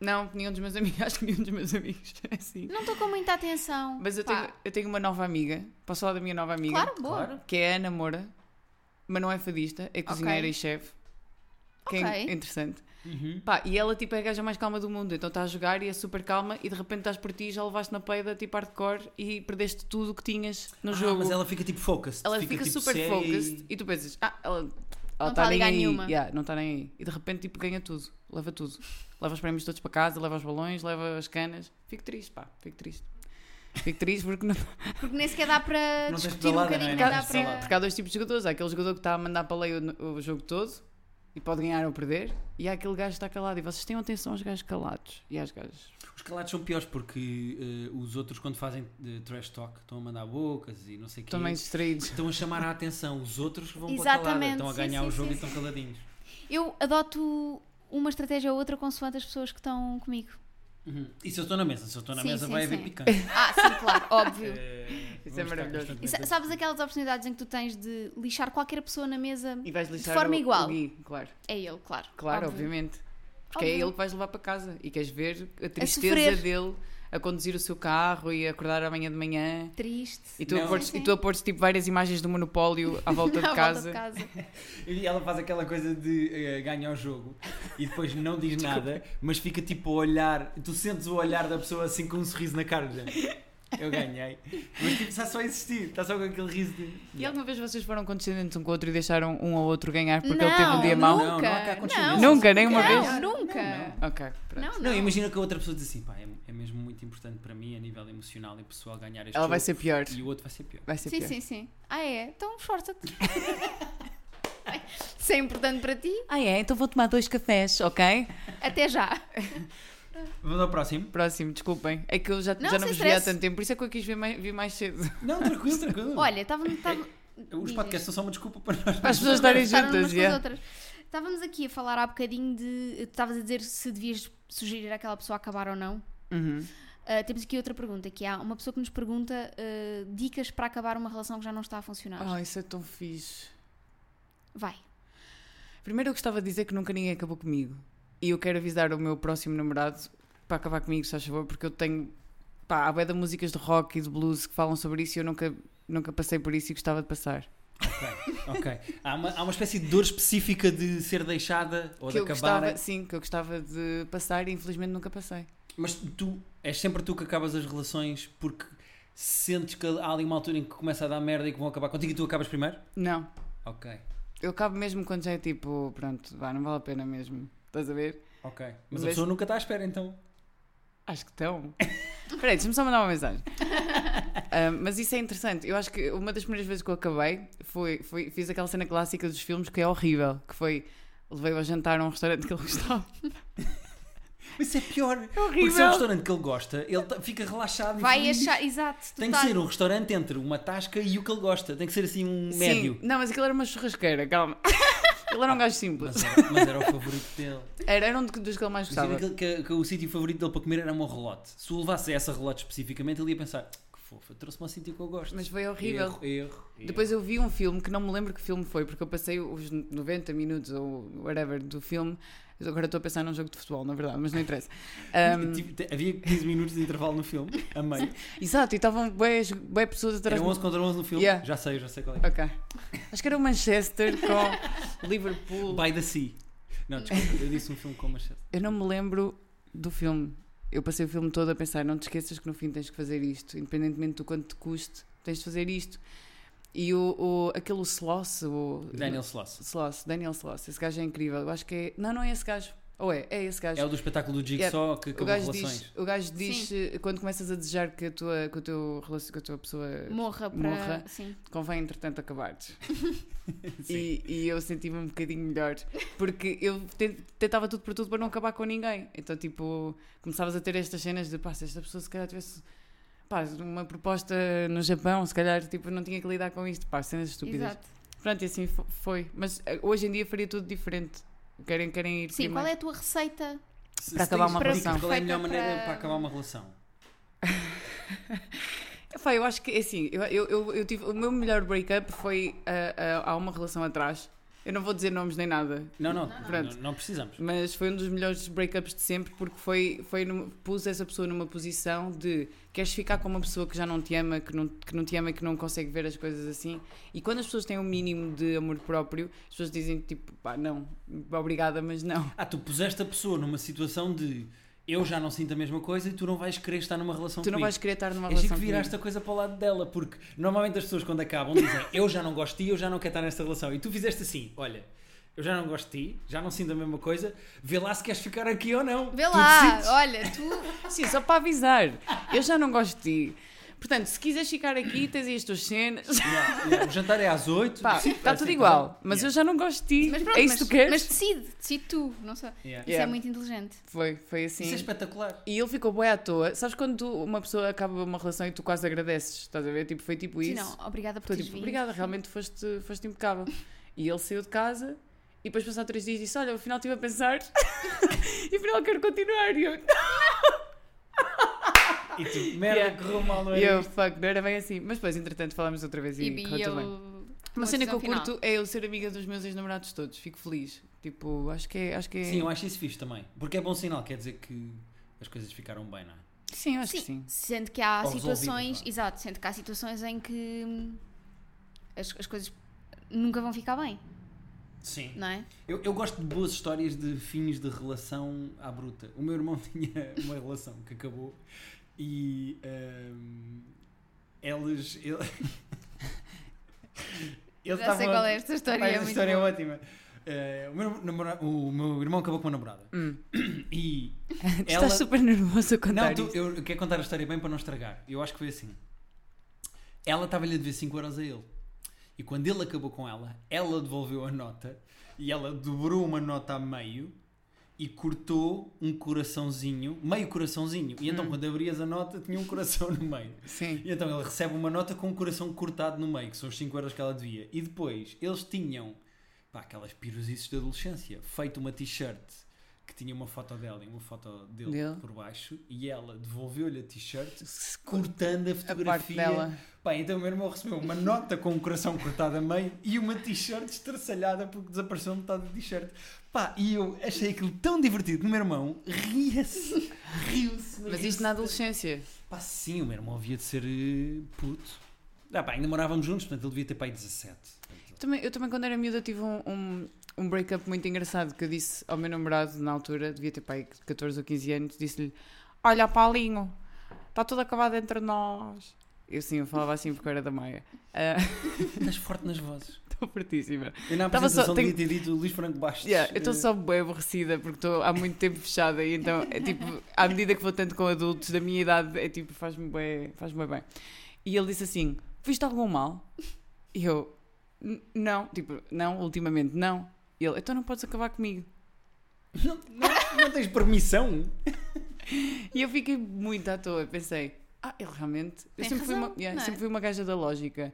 Speaker 3: Não, nenhum dos meus amigos, acho que nenhum dos meus amigos é assim.
Speaker 2: Não estou com muita atenção.
Speaker 3: Mas eu
Speaker 2: Pá.
Speaker 3: tenho, eu tenho uma nova amiga, posso falar da minha nova amiga?
Speaker 2: Claro, boa.
Speaker 1: Claro.
Speaker 3: Que é a Ana Moura, mas não é fadista, é cozinheira e chefe. Que é
Speaker 2: Ok.
Speaker 3: in- interessante.
Speaker 1: Uhum.
Speaker 3: Pá, e ela tipo é a gaja mais calma do mundo, então está a jogar e é super calma e de repente estás por ti e já levaste na peida tipo hardcore e perdeste tudo o que tinhas no
Speaker 1: Ah,
Speaker 3: jogo.
Speaker 1: Mas ela fica tipo focused.
Speaker 3: Ela fica,
Speaker 1: tipo
Speaker 3: super
Speaker 1: séria
Speaker 3: focused
Speaker 1: e-
Speaker 3: e tu pensas, ah, ela, ela
Speaker 2: Não
Speaker 3: tá
Speaker 2: tá a
Speaker 3: nem
Speaker 2: ligar
Speaker 3: aí.
Speaker 2: nenhuma.
Speaker 3: Yeah, não está nem aí. E de repente, tipo, ganha tudo, leva tudo. Leva os prémios todos para casa, leva os balões, leva as canas. Fico triste, pá, fico triste. Fico triste porque, não, tá
Speaker 2: Porque nem sequer dá para
Speaker 1: Não tens
Speaker 2: discutir um
Speaker 1: pedalada,
Speaker 3: né?
Speaker 2: bocadinho,
Speaker 1: não é?
Speaker 2: não
Speaker 1: Não
Speaker 2: dá
Speaker 1: tens pedalada.
Speaker 2: para.
Speaker 3: porque há dois tipos de jogadores. Há aquele jogador que está a mandar para a lei o, o jogo todo e pode ganhar ou perder. E há aquele gajo que está calado. E vocês tenham atenção aos gajos calados e às gajas.
Speaker 1: Os calados são piores porque eh, os outros, quando fazem eh, trash talk, estão a mandar bocas e não sei o quê.
Speaker 3: Estão meio distraídos.
Speaker 1: Estão a chamar a atenção. Os outros vão para a calada.
Speaker 2: Exatamente,
Speaker 1: Estão a
Speaker 2: sim,
Speaker 1: ganhar
Speaker 2: sim,
Speaker 1: o jogo
Speaker 2: sim,
Speaker 1: e estão caladinhos.
Speaker 2: Eu adoto uma estratégia ou outra consoante as pessoas que estão comigo.
Speaker 1: Uhum. E se eu estou na mesa? Se eu estou na
Speaker 2: Sim,
Speaker 1: mesa,
Speaker 2: sim,
Speaker 1: vai
Speaker 2: sim.
Speaker 1: haver Eh, picante.
Speaker 2: Ah, sim, claro, óbvio.
Speaker 3: Isso é maravilhoso.
Speaker 2: E sa- sabes aquelas oportunidades em que tu tens de lixar qualquer pessoa na mesa?
Speaker 3: E vais lixar
Speaker 2: forma
Speaker 3: o- o
Speaker 2: igual.
Speaker 3: Gui, claro.
Speaker 2: É ele, claro.
Speaker 3: Claro,
Speaker 2: óbvio.
Speaker 3: obviamente. Porque é
Speaker 2: Óbvio.
Speaker 3: ele que vais levar para casa e queres ver a
Speaker 2: sofrer.
Speaker 3: tristeza dele a conduzir o seu carro e a acordar amanhã de manhã.
Speaker 2: Triste.
Speaker 3: E tu, a
Speaker 1: Não.
Speaker 3: pôres,
Speaker 2: Sim,
Speaker 3: e
Speaker 2: sim.
Speaker 3: tu a pôres tipo várias imagens do monopólio à volta,
Speaker 2: À
Speaker 3: de, casa.
Speaker 2: volta de casa.
Speaker 1: E ela faz aquela coisa de eh, ganhar o jogo e depois não diz nada, mas fica tipo a olhar. Tu sentes o olhar da pessoa assim com um sorriso na cara. já. Eu ganhei. Mas tipo, está só a existir. Está só com aquele riso de.
Speaker 3: E alguma vez vocês foram condescendentes um com o outro e deixaram um ao outro ganhar porque ele teve um
Speaker 2: Não,
Speaker 3: dia
Speaker 1: não,
Speaker 3: mau?
Speaker 1: não, há cá
Speaker 2: nunca,
Speaker 1: condescendência.
Speaker 2: não.
Speaker 3: Nunca, nem uma
Speaker 2: Não,
Speaker 3: vez?
Speaker 2: nunca.
Speaker 1: Não, não.
Speaker 3: Ok, pronto.
Speaker 2: Não,
Speaker 1: Não,
Speaker 2: não.
Speaker 1: imagina que a outra pessoa diz assim: pá, é, é mesmo muito importante para mim a nível emocional e pessoal ganhar este
Speaker 3: Ela vai
Speaker 1: jogo."
Speaker 3: ser pior.
Speaker 1: E o outro vai ser pior.
Speaker 3: Vai ser
Speaker 2: Sim,
Speaker 3: pior.
Speaker 2: sim, sim. Ah, é? Então esforça-te. Se é importante para ti,
Speaker 3: Ah é? Então vou tomar dois cafés, ok?
Speaker 2: até já.
Speaker 1: Vamos ao próximo?
Speaker 3: Próximo, desculpem. É que eu já
Speaker 2: Não,
Speaker 3: já
Speaker 2: sem
Speaker 3: não vos vi há
Speaker 2: stress.
Speaker 3: tanto tempo, por isso é que eu quis ver mais, vir mais cedo.
Speaker 1: Não, tranquilo, tranquilo.
Speaker 2: Olha, estava-me. estava-
Speaker 1: Hum. É, Os
Speaker 2: diz
Speaker 1: podcasts
Speaker 2: isto.
Speaker 1: são só uma desculpa para nós.
Speaker 3: Para as pessoas estarem
Speaker 2: Estavam umas
Speaker 3: juntas,
Speaker 2: com as
Speaker 3: yeah.
Speaker 2: outras. Estávamos aqui a falar há bocadinho de. tu Estavas a dizer se devias sugerir àquela pessoa acabar ou não.
Speaker 3: Uhum.
Speaker 2: Ah, temos aqui outra pergunta, que é, há uma pessoa que nos pergunta ah, dicas para acabar uma relação que já não está a funcionar.
Speaker 3: Ah, isso é tão fixe.
Speaker 2: Vai.
Speaker 3: Primeiro eu gostava de dizer que nunca ninguém acabou comigo. E eu quero avisar o meu próximo namorado para acabar comigo, se faz favor, porque eu tenho. Pá, há bué de músicas de rock e de blues que falam sobre isso e eu nunca, nunca passei por isso e gostava de passar.
Speaker 1: Ok, ok. Há uma, há uma espécie de dor específica de ser deixada ou
Speaker 3: que
Speaker 1: de
Speaker 3: eu
Speaker 1: acabar.
Speaker 3: gostava, sim, que eu gostava de passar e infelizmente nunca passei.
Speaker 1: Mas tu, és sempre tu que acabas as relações porque sentes que há ali uma altura em que começa a dar merda e que vão acabar contigo e tu acabas primeiro?
Speaker 3: Não.
Speaker 1: Ok,
Speaker 3: Eu acabo mesmo quando já é tipo, pronto, vá, não vale a pena mesmo. Estás a ver?
Speaker 1: ok. Mas,
Speaker 3: Mas-
Speaker 1: a pessoa nunca está à espera então.
Speaker 3: Acho que estão. Espera aí, deixa-me só mandar uma mensagem. Ah, mas isso é interessante. Eu acho que uma das primeiras vezes que eu acabei foi, foi fiz aquela cena clássica dos filmes que é horrível, que foi levei-o a jantar a um restaurante que ele gostava.
Speaker 1: Mas isso é pior.
Speaker 3: É
Speaker 1: Porque se é um
Speaker 3: horrível.
Speaker 1: restaurante que ele gosta, ele tá- fica relaxado e
Speaker 2: Vai
Speaker 1: feliz.
Speaker 2: achar. Exato. tu
Speaker 1: Tem que
Speaker 2: tá-
Speaker 1: ser um restaurante entre uma tasca e o que ele gosta. Tem que ser assim um
Speaker 3: Sim,
Speaker 1: médio.
Speaker 3: não, mas aquilo era uma churrasqueira, calma. Ele era um gajo simples.
Speaker 1: Mas era, mas era o favorito dele.
Speaker 3: Era, era um dos que ele mais
Speaker 1: Imagina
Speaker 3: gostava.
Speaker 1: aquele que, que o sítio favorito dele para comer era uma relote. Se o levasse a essa relote especificamente, ele ia pensar: "Ah, que fofo, eu trouxe-me ao sítio que é eu gosto.
Speaker 3: Mas foi horrível.
Speaker 1: erro, erro, erro.
Speaker 3: Depois eu vi um filme que não me lembro que filme foi, porque eu passei os 90 minutos ou whatever do filme. Agora estou a pensar num jogo de futebol, na verdade, mas não interessa. Ahm,
Speaker 1: Tive- tipo, te- havia 15 minutos de intervalo no filme, a meio.
Speaker 3: exato, e estavam bem pessoas atrás
Speaker 1: Era
Speaker 3: de
Speaker 1: 11 contra 11 no filme.
Speaker 3: Yeah.
Speaker 1: Já sei, já sei qual é.
Speaker 3: Ok. Acho que era o Manchester com Liverpool.
Speaker 1: By the Sea. Não, desculpa, eu disse um filme com Manchester.
Speaker 3: Eu não me lembro do filme. Eu passei o filme todo a pensar: não te esqueças que no fim tens que fazer isto, independentemente do quanto te custe, tens de fazer isto. E o, o- aquele Sloss, o Uhum.
Speaker 1: Daniel Sloss.
Speaker 3: Sloss, Daniel Sloss, esse gajo é incrível. Eu acho que é. Não, não é esse gajo. Ou é? É esse gajo.
Speaker 1: É o do espetáculo do Jigsaw que
Speaker 3: O
Speaker 1: acabou
Speaker 3: gajo,
Speaker 1: relações.
Speaker 3: diz, o gajo diz eh, quando começas a desejar que a tua, que o teu relacion- que a tua pessoa
Speaker 1: um.
Speaker 2: Morra para.
Speaker 3: Morra.
Speaker 2: Sim.
Speaker 3: convém entretanto acabares. e, e eu senti-me um bocadinho melhor porque eu te- tentava tudo por tudo para não acabar com ninguém. Então, tipo, começavas a ter estas cenas de pá, se esta pessoa se calhar tivesse pá, uma proposta no Japão, se calhar tipo, não tinha que lidar com isto, pá, cenas estúpidas.
Speaker 2: Exato.
Speaker 3: Pronto, e assim fo- foi. Mas eh, hoje em dia faria tudo diferente. Querem, querem ir
Speaker 2: Sim,
Speaker 3: primeiro.
Speaker 2: qual é a tua receita?
Speaker 1: Se-
Speaker 3: Para
Speaker 1: se
Speaker 3: acabar
Speaker 1: tens
Speaker 3: uma
Speaker 1: dicas,
Speaker 3: relação.
Speaker 1: Qual é a melhor
Speaker 2: Perfeita
Speaker 1: maneira
Speaker 2: para-
Speaker 1: para acabar uma relação?
Speaker 3: Pá, eu acho que é assim, eu, eu, eu, eu tive, o meu melhor breakup foi ah, ah, há uma relação atrás. Eu não vou dizer nomes nem nada,
Speaker 1: Não, não,
Speaker 2: Não,
Speaker 1: não,
Speaker 2: não.
Speaker 1: não, precisamos.
Speaker 3: mas foi um dos melhores breakups de sempre porque foi, foi num- pus essa pessoa numa posição de queres ficar com uma pessoa que já não te ama, que não, que não te ama e que não consegue ver as coisas assim. E quando as pessoas têm um mínimo de amor próprio, as pessoas dizem tipo, pá, não, obrigada, mas não.
Speaker 1: Ah, tu puseste a pessoa numa situação de eu já não sinto a mesma coisa e tu não vais querer estar numa relação
Speaker 3: Tu não
Speaker 1: comigo.
Speaker 3: vais querer estar numa
Speaker 1: É giro
Speaker 3: relação
Speaker 1: que viraste a
Speaker 3: comigo.
Speaker 1: coisa para o lado dela, porque normalmente as pessoas quando acabam dizem eu já não gosto de ti, eu já não quero estar nesta relação. E tu fizeste assim, olha, eu já não gosto de ti, já não sinto a mesma coisa, vê lá se queres ficar aqui ou não.
Speaker 2: Vê
Speaker 1: Tu
Speaker 2: lá,
Speaker 1: decides.
Speaker 2: olha, tu.
Speaker 3: Ah, Sim, só para avisar, eu já não gosto de ti. Portanto, se quiseres ficar aqui, tens aí as tuas cenas.
Speaker 1: Yeah, yeah, O jantar é às 8.
Speaker 3: Pá, está tudo
Speaker 1: então.
Speaker 3: igual, mas eu já não gosto de ti.
Speaker 2: tá Mas pronto,
Speaker 3: é isso
Speaker 2: mas,
Speaker 3: que tu queres?
Speaker 2: mas decide, decide tu, não sei.
Speaker 1: Yeah.
Speaker 2: Isso é
Speaker 3: Yeah.
Speaker 2: muito inteligente.
Speaker 3: Foi, foi assim.
Speaker 1: Isso é espetacular.
Speaker 3: E ele ficou bem à toa. Sabes quando tu- uma pessoa acaba uma relação e tu quase agradeces? Estás a ver? Tipo, foi tipo
Speaker 2: Sim,
Speaker 3: isso.
Speaker 2: não, obrigada por
Speaker 3: Estou
Speaker 2: teres
Speaker 3: tipo,
Speaker 2: vindo.
Speaker 3: obrigada, realmente foste, foste impecável. E ele saiu de casa e depois passado três dias disse: Olha, afinal estive a pensar e afinal quero continuar. E eu,
Speaker 1: E tu, merda,
Speaker 3: Ah. Yeah.
Speaker 1: correu mal, não é?
Speaker 3: e eu fuck, não era bem assim. Mas depois, entretanto, falámos outra vez e,
Speaker 2: E, e
Speaker 3: correu
Speaker 2: eu.
Speaker 3: tudo bem. Uma
Speaker 2: uma
Speaker 3: cena que eu
Speaker 2: decisão final.
Speaker 3: curto é eu ser amiga dos meus ex-namorados todos. Fico feliz. Tipo, acho que é. Acho que é...
Speaker 1: Sim, eu acho isso fixe também. Porque é bom sinal, quer dizer que as coisas ficaram bem, não é?
Speaker 3: Sim, acho
Speaker 2: Sim,
Speaker 3: que sim.
Speaker 2: Sendo que há
Speaker 1: Ou resolvidas,
Speaker 2: situações.
Speaker 1: vá.
Speaker 2: Exato, sendo que há situações em que hum, as, as coisas nunca vão ficar bem,
Speaker 1: Sim.
Speaker 2: não é?
Speaker 1: Eu, eu gosto de boas histórias de fins de relação à bruta. O meu irmão tinha uma relação que acabou e ehm, eles. Ele, Eles
Speaker 2: Já
Speaker 1: estavam-
Speaker 2: sei qual é esta história.
Speaker 1: Pá,
Speaker 2: é
Speaker 1: essa
Speaker 2: muito
Speaker 1: história é
Speaker 2: boa.
Speaker 1: ótima. Eh, o, meu namora- o meu irmão acabou com uma namorada.
Speaker 3: Hum.
Speaker 1: E
Speaker 3: Tu
Speaker 1: ela-
Speaker 3: Estás super nervoso a
Speaker 1: não,
Speaker 3: contar
Speaker 1: tu-
Speaker 3: isto.
Speaker 1: eu quero contar a história bem para não estragar. Eu acho que foi assim. Ela estava-lhe a dever 5 euros a ele. E quando ele acabou com ela, ela devolveu a nota e ela dobrou uma nota a meio e cortou um coraçãozinho, meio coraçãozinho. E
Speaker 3: Hum.
Speaker 1: então quando abrias a nota tinha um coração no meio.
Speaker 3: Sim.
Speaker 1: E então ele recebe uma nota com um coração cortado no meio, que são os 5 euros que ela devia. E depois eles tinham, pá, aquelas pirosices de adolescência, feito uma t-shirt que tinha uma foto dela e uma foto dele
Speaker 3: Dele.
Speaker 1: por baixo, e ela devolveu-lhe a t-shirt cortando a
Speaker 3: A parte
Speaker 1: fotografia.
Speaker 3: dela.
Speaker 1: Pá, então o meu irmão recebeu uma nota com um coração cortado a meio e uma t-shirt estressalhada porque desapareceu metade da t-shirt. Pá, e eu achei aquilo tão divertido que o meu irmão ria-se, riu-se.
Speaker 3: Mas
Speaker 1: riu-se
Speaker 3: isto na adolescência.
Speaker 1: Pá, sim, o meu irmão havia de ser eh, puto. Ah, pá, ainda morávamos juntos, portanto ele devia ter pai 17.
Speaker 3: Também, eu também, quando era miúda, tive um, um, um break-up muito engraçado que eu disse ao meu namorado na altura, devia ter pai 14 ou 15 anos, disse-lhe: Olha, Paulinho, está tudo acabado entre nós. Eu sim, eu falava assim porque eu era da Maia. Ah,
Speaker 1: Estás forte nas vozes.
Speaker 3: Estou fortíssima.
Speaker 1: Eu na
Speaker 3: Tava só-
Speaker 1: apresentação
Speaker 3: tenho-
Speaker 1: devia ter dito Luís Franco Bastos.
Speaker 3: Yeah, eu estou
Speaker 1: eh,
Speaker 3: só bem aborrecida porque estou há muito tempo fechada e então é tipo, à medida que vou tanto com adultos da minha idade, é tipo, faz-me bem, faz bem. E ele disse assim: Viste algum mal? E eu, "N- não, tipo, não, ultimamente não. E ele, então não podes acabar comigo.
Speaker 1: Não, não- não tens permissão?
Speaker 3: E eu fiquei muito à toa, pensei, ah, ele realmente. Eu
Speaker 2: Tem
Speaker 3: sempre, fui
Speaker 2: razão,
Speaker 3: uma, yeah,
Speaker 2: não é?
Speaker 3: sempre fui uma gaja da lógica,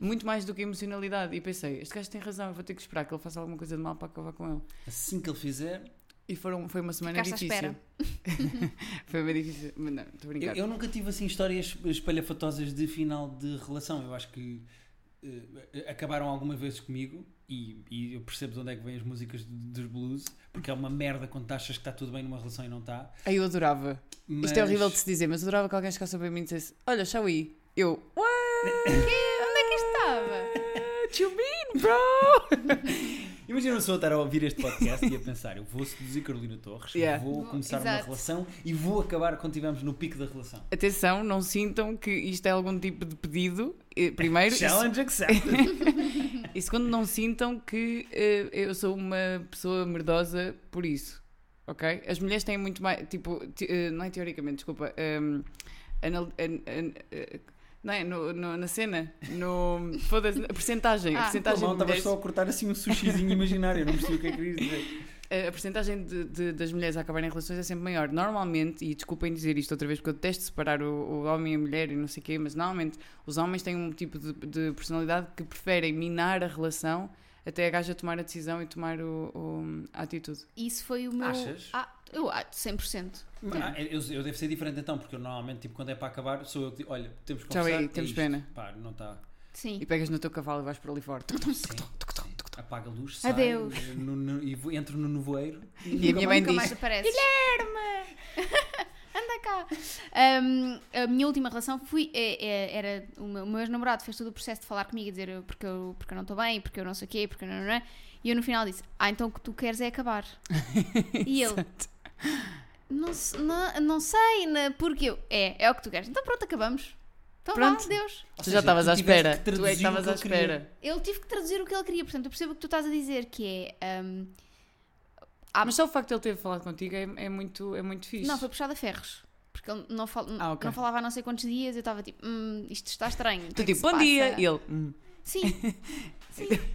Speaker 3: muito mais do que emocionalidade. E pensei, este gajo tem razão, eu vou ter que esperar que ele faça alguma coisa de mal para acabar com ele.
Speaker 1: Assim que ele fizer.
Speaker 3: E foram, foi uma semana
Speaker 2: Ficaste à
Speaker 3: difícil. foi bem difícil. Mas não, estou a
Speaker 1: Eu,
Speaker 3: brincar.
Speaker 1: eu nunca tive assim histórias espalhafatosas de final de relação. Eu acho que eh, acabaram algumas vezes comigo e, e eu percebo de onde é que vêm as músicas de- dos blues, porque é uma merda quando tu achas que está tudo bem numa relação e não está.
Speaker 3: Aí eu adorava.
Speaker 1: Mas...
Speaker 3: Isto é horrível de se dizer, mas eu adorava que alguém chegasse para mim e dissesse: Olha, shall we? Eu, what?
Speaker 2: Onde é que isto estava?
Speaker 3: What you mean, bro?
Speaker 1: Imagina uma pessoa estar a ouvir este podcast e a pensar: eu vou seduzir Carolina Torres,
Speaker 3: Yeah.
Speaker 1: vou
Speaker 2: Vou-
Speaker 1: começar uma
Speaker 2: exato.
Speaker 1: relação e vou acabar quando estivermos no pico da relação.
Speaker 3: Atenção, não sintam que isto é algum tipo de pedido. eh, Primeiro, e
Speaker 1: Challenge accepted.
Speaker 3: E segundo, não sintam que eh, eu sou uma pessoa merdosa por isso. ok? As mulheres têm muito mais, tipo, te- eh, não é teoricamente, desculpa, ehm, anal- an- an- eh, não é, no- no- na cena, no, foda-se, na percentagem, a
Speaker 2: Ah.
Speaker 3: percentagem de
Speaker 1: não, estavas
Speaker 3: mulheres-
Speaker 1: só a cortar assim um sushizinho imaginário, eu não percebi o que é que querias dizer.
Speaker 3: a a percentagem de, de- das mulheres a acabarem em relações é sempre maior. Normalmente, e desculpem dizer isto outra vez, porque eu detesto separar o, o homem e a mulher e não sei o quê, mas normalmente os homens têm um tipo de, de personalidade que preferem minar a relação até a gaja tomar a decisão e tomar o, o- a atitude.
Speaker 2: Isso foi o meu.
Speaker 1: Achas?
Speaker 2: Ah, eu acho, 100%.
Speaker 3: Hum.
Speaker 1: Ah, eu, eu devo ser diferente então, porque eu normalmente, tipo, quando é para acabar, sou eu que digo, olha, temos que
Speaker 3: Tchau
Speaker 1: conversar.
Speaker 3: aí,
Speaker 1: é
Speaker 3: temos
Speaker 1: isto."
Speaker 3: pena.
Speaker 1: Pá, não tá. está.
Speaker 2: Sim.
Speaker 3: E pegas no teu cavalo e vais para ali fora.
Speaker 1: Apaga a luz, sai, eh,
Speaker 2: Adeus.
Speaker 1: no- no- e vou- entro no nevoeiro.
Speaker 3: E a minha mãe
Speaker 2: Nunca mais
Speaker 3: diz:
Speaker 2: apareces. Guilherme! Anda cá! Um, a minha última relação fui, é- é- era o meu, o meu ex-namorado fez todo o processo de falar comigo e dizer eu- porque eu, porque eu não estou bem, porque eu não sei o quê, porque eu não, não, não. E eu no final disse: Ah, então o que tu queres é acabar. e ele: não, se- não, não sei, na- porque eu. É, é o que tu queres. Então pronto, acabamos. Então
Speaker 3: Pronto.
Speaker 2: vá, Deus.
Speaker 1: Ou
Speaker 3: Tu
Speaker 1: seja,
Speaker 3: já estavas
Speaker 1: tu
Speaker 3: à
Speaker 1: tiveste
Speaker 3: espera.
Speaker 1: que
Speaker 3: Tu é que
Speaker 1: traduzir o
Speaker 3: estavas
Speaker 1: que
Speaker 3: à
Speaker 1: eu queria.
Speaker 3: espera.
Speaker 2: Eu tive que traduzir o que ele queria, portanto eu percebo o que tu estás a dizer, que é. um, Ah,
Speaker 3: Mas só o facto de ele ter falado contigo é, é muito, é muito fixe.
Speaker 2: Não, foi puxado a ferros. Porque ele não, fal-
Speaker 3: Ah, ok.
Speaker 2: não falava há não sei quantos dias, eu estava tipo, "Hum, isto está estranho. o que
Speaker 3: Tu
Speaker 2: é que
Speaker 3: tipo,
Speaker 2: se
Speaker 3: bom
Speaker 2: passa?"
Speaker 3: dia! E ele. "Hum."
Speaker 2: Sim,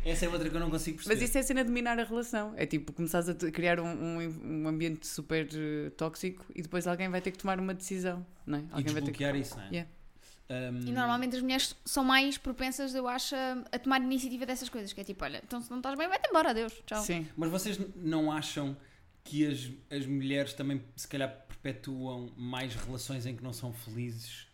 Speaker 1: Essa é outra que eu não consigo perceber.
Speaker 3: Mas isso é a cena de minar a relação. É tipo, começares a te- criar um, um- um ambiente super eh, tóxico e depois alguém vai ter que tomar uma decisão, não é?
Speaker 1: E
Speaker 3: Alguém vai ter que...
Speaker 1: desbloquear isso, não é?
Speaker 3: Yeah.
Speaker 1: Um,
Speaker 3: "Hum".
Speaker 2: e normalmente as mulheres são mais propensas, eu acho, a a tomar iniciativa dessas coisas. Que é tipo, olha, então se não estás bem, vai-te embora, adeus, tchau.
Speaker 3: Sim.
Speaker 1: Mas vocês n- não acham que as, as mulheres também, se calhar, perpetuam mais relações em que não são felizes?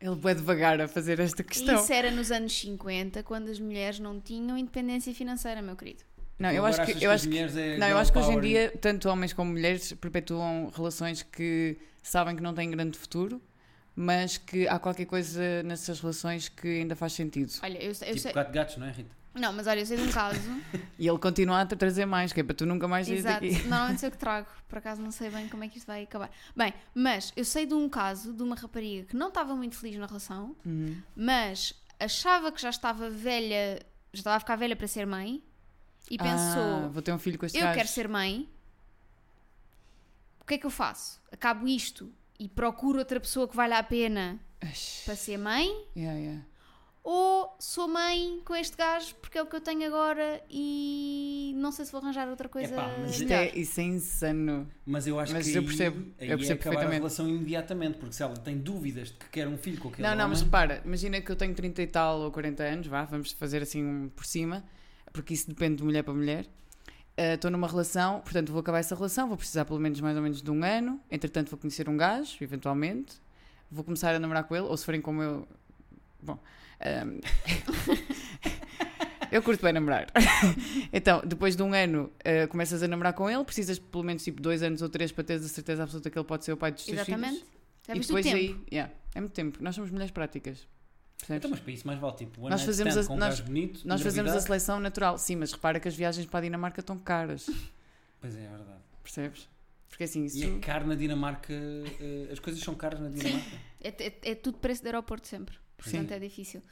Speaker 3: Ele é devagar a fazer esta questão.
Speaker 2: Isso era nos anos 50, quando as mulheres não tinham independência financeira, meu querido.
Speaker 3: Não, eu
Speaker 1: Agora
Speaker 3: acho
Speaker 1: achas
Speaker 3: que, eu
Speaker 1: as
Speaker 3: acho que,
Speaker 1: mulheres é
Speaker 3: não, eu
Speaker 1: girl
Speaker 3: acho que hoje em
Speaker 1: power e-
Speaker 3: dia tanto homens como mulheres perpetuam relações que sabem que não têm grande futuro, mas que há qualquer coisa nessas relações que ainda faz sentido.
Speaker 2: Olha, eu, sei- eu
Speaker 1: Tipo
Speaker 2: sei.
Speaker 1: quatro gatos, não é, Rita?
Speaker 2: Não, mas olha, eu sei de um caso.
Speaker 3: E ele continua a tra- trazer mais, que é para tu nunca mais dizes
Speaker 2: Exato,
Speaker 3: aqui.
Speaker 2: normalmente sou eu que trago, por acaso não sei bem como é que isto vai acabar. Bem, mas eu sei de um caso de uma rapariga que não estava muito feliz na relação,
Speaker 3: Uhum.
Speaker 2: mas achava que já estava velha, já estava a ficar velha para ser mãe e
Speaker 3: Ah,
Speaker 2: pensou:
Speaker 3: vou ter um filho com este
Speaker 2: eu
Speaker 3: gajo.
Speaker 2: quero ser mãe, o que é que eu faço? Acabo isto e procuro outra pessoa que valha a pena
Speaker 3: Ai,
Speaker 2: para ser mãe?
Speaker 3: yeah, yeah.
Speaker 2: Ou sou mãe com este gajo porque é o que eu tenho agora e não sei se vou arranjar outra coisa
Speaker 1: Epá, mas
Speaker 3: Isto
Speaker 2: melhor.
Speaker 3: é, isso é insano.
Speaker 1: Mas eu acho
Speaker 3: Mas
Speaker 1: que
Speaker 3: eu
Speaker 1: aí-
Speaker 3: percebo,
Speaker 1: aí
Speaker 3: eu
Speaker 1: é
Speaker 3: percebo
Speaker 1: acabar a
Speaker 3: perfeitamente.
Speaker 1: relação imediatamente, porque se ela tem dúvidas de que quer um filho com aquele
Speaker 3: Não, não, mas
Speaker 1: homem,
Speaker 3: repara, imagina que eu tenho 30 e tal ou 40 anos, vá, vamos fazer assim um por cima, porque isso depende de mulher para mulher. Ah, Estou numa relação, portanto vou acabar essa relação, vou precisar pelo menos mais ou menos de um ano, entretanto vou conhecer um gajo, eventualmente, vou começar a namorar com ele, ou se forem como eu. Bom. ahm, eu curto bem namorar. então, depois de um ano, ah, começas a namorar com ele, precisas pelo menos tipo dois anos ou três para teres a certeza absoluta que ele pode ser o pai dos teus filhos
Speaker 2: Exatamente. Já viste o tempo?
Speaker 3: aí, yeah, é muito tempo. Nós somos mulheres práticas. percebes?
Speaker 1: Então, mas para isso mais vale tipo, one
Speaker 3: Nós
Speaker 1: night
Speaker 3: fazemos
Speaker 1: stand
Speaker 3: a-
Speaker 1: com um
Speaker 3: nós-
Speaker 1: gajo bonito,
Speaker 3: Nós fazemos a
Speaker 1: engravidar.
Speaker 3: seleção natural. Sim, mas repara que as viagens para a Dinamarca estão caras.
Speaker 1: Pois é, é verdade.
Speaker 3: Percebes? Porque assim, isso.
Speaker 1: E é caro na Dinamarca, eh, as coisas são caras na Dinamarca.
Speaker 2: É, é- é tudo preço de aeroporto sempre. Portanto,
Speaker 1: Sim.
Speaker 2: é difícil.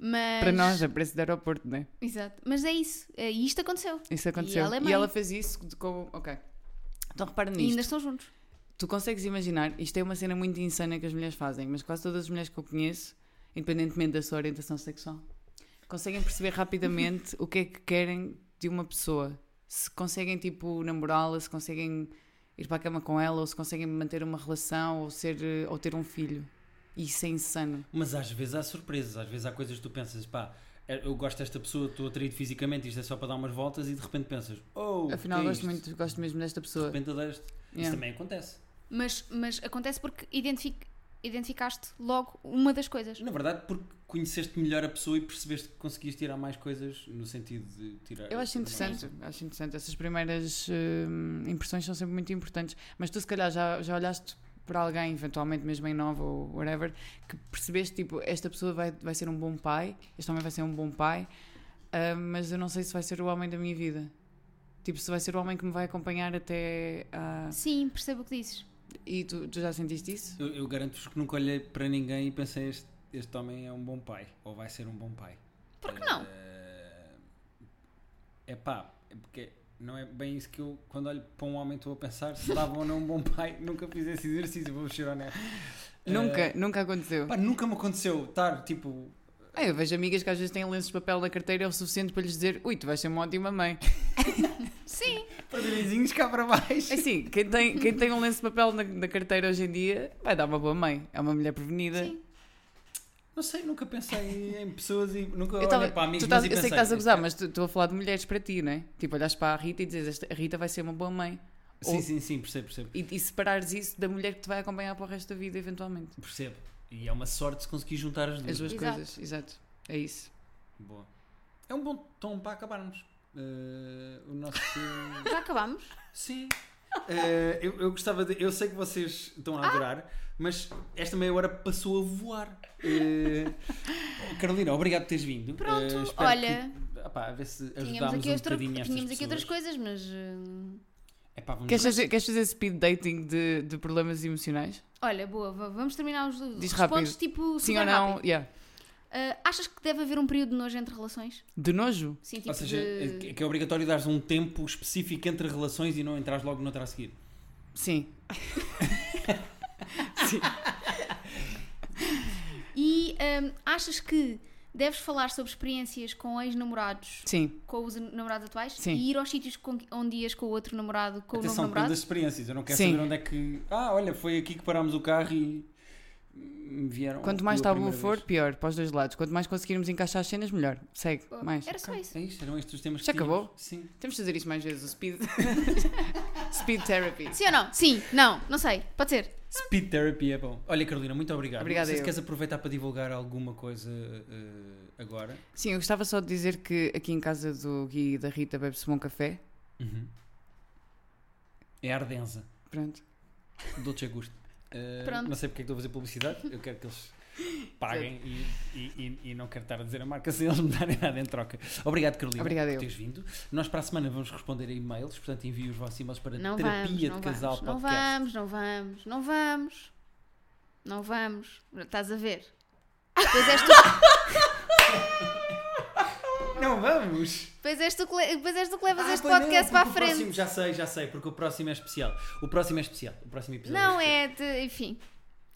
Speaker 2: Mas...
Speaker 3: Para nós, a preço de aeroporto, não é?
Speaker 2: Exato. Mas é isso. É, E isto aconteceu.
Speaker 3: Isso aconteceu.
Speaker 2: ela é mãe.
Speaker 3: fez isso de- com. Ok. Então repara
Speaker 2: E
Speaker 3: nisto.
Speaker 2: ainda estão juntos.
Speaker 3: Tu consegues imaginar, isto é uma cena muito insana que as mulheres fazem, mas quase todas as mulheres que eu conheço, independentemente da sua orientação sexual, conseguem perceber rapidamente o que é que querem de uma pessoa. Se conseguem, tipo, namorá-la, se conseguem ir para a cama com ela, ou se conseguem manter uma relação, ou, ser, eh, ou ter um filho. Isso é insano.
Speaker 1: Mas às vezes há surpresas, às vezes há coisas que tu pensas, pá, é, eu gosto desta pessoa, estou atraído fisicamente, isto é só para dar umas voltas, e de repente pensas, oh,
Speaker 3: Afinal,
Speaker 1: que é
Speaker 3: gosto,
Speaker 1: isto?
Speaker 3: muito, gosto mesmo desta
Speaker 1: De
Speaker 3: pessoa.
Speaker 1: repente adoraste. Isso
Speaker 3: Yeah.
Speaker 1: também acontece.
Speaker 2: Mas, mas acontece porque identific- identificaste logo uma das coisas.
Speaker 1: Na verdade, porque conheceste melhor a pessoa e percebeste que conseguiste tirar mais coisas no sentido de tirar.
Speaker 3: Eu acho
Speaker 1: tirar
Speaker 3: interessante,
Speaker 1: mais.
Speaker 3: acho interessante. Essas primeiras hum, impressões são sempre muito importantes. Mas tu, se calhar, já, já olhaste por alguém, eventualmente mesmo em nova ou whatever, que percebeste, tipo, esta pessoa vai, vai ser um bom pai, este homem vai ser um bom pai, ah, mas eu não sei se vai ser o homem da minha vida. Tipo, se vai ser o homem que me vai acompanhar até à...
Speaker 2: Sim, percebo o que dizes.
Speaker 3: E tu, tu já sentiste isso?
Speaker 1: Eu, eu garanto-vos que nunca olhei para ninguém e pensei, este, este homem é um bom pai, ou vai ser um bom pai.
Speaker 2: Por que não?
Speaker 1: Eh, É pá, é porque não é bem isso que eu, quando olho para um homem, estou a pensar se dava ou não um bom pai. Nunca fiz esse exercício, vou ser honesto. Eh,
Speaker 3: Nunca, nunca aconteceu.
Speaker 1: pá, nunca me aconteceu estar tipo.
Speaker 3: Ah, eu vejo amigas que às vezes têm lenços de papel na carteira, é o suficiente para lhes dizer: ui, tu vais ser uma ótima mãe.
Speaker 2: Sim,
Speaker 1: Padrinhos cá para baixo.
Speaker 3: Assim, quem tem, quem tem um lenço de papel na, na carteira hoje em dia vai dar uma boa mãe. É uma mulher prevenida.
Speaker 2: sim.
Speaker 1: Não sei, nunca pensei em pessoas e nunca
Speaker 3: Eu,
Speaker 1: olhei
Speaker 3: tava-
Speaker 1: para amigos.
Speaker 3: tu estás-
Speaker 1: meus
Speaker 3: eu
Speaker 1: e
Speaker 3: sei que
Speaker 1: pensei,
Speaker 3: estás a gozar, mas tu- estou a falar de mulheres para ti, não é? Tipo, olhas para a Rita e dizes: "Esta- a Rita vai ser uma boa mãe.
Speaker 1: Sim,
Speaker 3: Ou-
Speaker 1: sim, sim, percebo, percebo.
Speaker 3: E, e separares isso da mulher que te vai acompanhar para o resto da vida, eventualmente.
Speaker 1: Percebo. E é uma sorte se conseguir juntar as duas.
Speaker 3: As duas
Speaker 2: Exato.
Speaker 3: coisas, exato. É isso.
Speaker 1: Boa. É um bom tom para acabarmos. Eh, o nosso.
Speaker 2: Já acabámos?
Speaker 1: Sim. Eh, eu, eu gostava de. Eu sei que vocês estão a adorar, mas esta meia hora passou a voar. Eh, Carolina, obrigado por teres vindo.
Speaker 2: Pronto,
Speaker 1: Eh, espero
Speaker 2: olha.
Speaker 1: Que, ah pá, a ver se
Speaker 2: Tínhamos
Speaker 1: ajudámos
Speaker 2: aqui,
Speaker 1: um
Speaker 2: outra-
Speaker 1: bocadinho estas
Speaker 2: tínhamos aqui outras
Speaker 1: pessoas.
Speaker 2: coisas, mas. hum,
Speaker 1: Epá, vamos
Speaker 3: Queres fazer, queres fazer speed dating de, de problemas emocionais?
Speaker 2: olha, boa, va- vamos terminar os
Speaker 3: Diz
Speaker 2: respondes
Speaker 3: rápido.
Speaker 2: tipo.
Speaker 3: Sim
Speaker 2: super
Speaker 3: ou não?
Speaker 2: rápido.
Speaker 3: Yeah.
Speaker 2: Ah, achas que deve haver um período de nojo entre relações?
Speaker 3: De nojo?
Speaker 2: Sim, tipo
Speaker 1: Ou seja,
Speaker 2: de-
Speaker 1: é que é obrigatório dares um tempo específico entre relações e não entrares logo noutra a seguir.
Speaker 3: Sim.
Speaker 2: E hum, achas que deves falar sobre experiências com ex-namorados,
Speaker 3: Sim.
Speaker 2: com os namorados atuais?
Speaker 3: Sim.
Speaker 2: E ir aos sítios com, onde ias com o outro namorado, com o novo
Speaker 1: Atenção, depende
Speaker 2: namorado?
Speaker 1: das experiências. Eu não quero
Speaker 3: Sim.
Speaker 1: saber onde é que. Ah, olha, foi aqui que parámos o carro e. me vieram.
Speaker 3: Quanto mais
Speaker 1: comigo a
Speaker 3: tabu
Speaker 1: Oh, primeira
Speaker 3: for,
Speaker 1: vez.
Speaker 3: pior, para os dois lados. Quanto mais conseguirmos encaixar as cenas, melhor. Segue,
Speaker 2: Oh,
Speaker 3: mais.
Speaker 2: Era só isso.
Speaker 1: É isto, eram estes os temas
Speaker 3: Já
Speaker 1: que tínhamos.
Speaker 3: acabou?
Speaker 1: Sim.
Speaker 3: Temos de fazer isto mais vezes, o speed... speed therapy.
Speaker 2: Sim ou não? Sim, não, não sei. Pode ser.
Speaker 1: Speed therapy é bom. Olha, Carolina, muito obrigado. não
Speaker 3: Obrigada
Speaker 1: sei se
Speaker 3: eu.
Speaker 1: queres aproveitar para divulgar alguma coisa eh, agora.
Speaker 3: Sim, eu gostava só de dizer que aqui em casa do Gui e da Rita bebe-se bom café.
Speaker 1: É a Ardenza,
Speaker 3: Pronto.
Speaker 1: Dolce Gusto. Eh,
Speaker 2: Pronto.
Speaker 1: Não sei porque é que estou a fazer publicidade. Eu quero que eles paguem e, e- e- e não quero estar a dizer a marca sem eles me darem nada em troca. Obrigado, Carolina,
Speaker 3: Obrigada
Speaker 1: por
Speaker 3: eu.
Speaker 1: teres vindo. Nós para a semana vamos responder a e-mails, portanto envie os vossos e-mails para
Speaker 2: Não vamos,
Speaker 1: terapia
Speaker 2: não
Speaker 1: de casal
Speaker 2: vamos, não
Speaker 1: podcast.
Speaker 2: vamos, não vamos, não vamos, não vamos. Estás a ver? Depois és tu,
Speaker 1: Não vamos!
Speaker 2: depois és tu, que le- depois és tu que levas
Speaker 1: Ah,
Speaker 2: este
Speaker 1: pois não,
Speaker 2: podcast
Speaker 1: porque
Speaker 2: para a
Speaker 1: o
Speaker 2: frente.
Speaker 1: Próximo, já sei, já sei, porque o próximo é especial. O próximo é especial. O próximo episódio
Speaker 2: Não,
Speaker 1: especial.
Speaker 2: é de, enfim.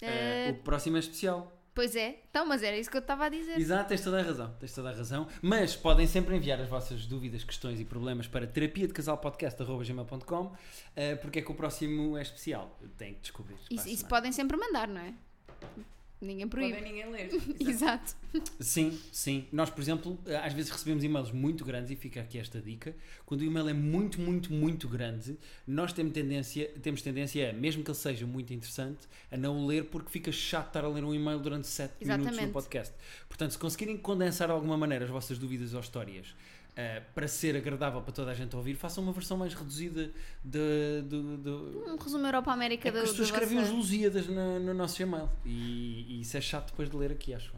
Speaker 1: Eh,
Speaker 2: Eh,
Speaker 1: o próximo é especial.
Speaker 2: Pois é. Então, mas era isso que eu estava a dizer.
Speaker 1: Exato, tens toda a razão. Tens toda a razão. Mas podem sempre enviar as vossas dúvidas, questões e problemas para terapia de casal porque é que o próximo é especial. Tem que descobrir. para
Speaker 2: Isso,
Speaker 1: a
Speaker 2: isso
Speaker 1: semana.
Speaker 2: podem sempre mandar, não é? Ninguém proíbe.
Speaker 3: ninguém ler.
Speaker 2: Exato.
Speaker 1: Sim, sim. Nós, por exemplo, às vezes recebemos e-mails muito grandes e fica aqui esta dica. Quando o e-mail é muito, muito, muito grande, nós temos tendência, temos tendência a, mesmo que ele seja muito interessante, a não o ler porque fica chato estar a ler um e-mail durante 7 minutos no
Speaker 2: Exatamente.
Speaker 1: podcast. Portanto, se conseguirem condensar de alguma maneira as vossas dúvidas ou histórias ah, para ser agradável para toda a gente ouvir, façam uma versão mais reduzida de, do- do-
Speaker 2: Um resumo Europa-América
Speaker 1: É
Speaker 2: da
Speaker 1: que as
Speaker 2: da
Speaker 1: pessoas escrevem
Speaker 2: vossa-
Speaker 1: uns Lusíadas no, no nosso e-mail e, e isso é chato depois de ler aqui, acho.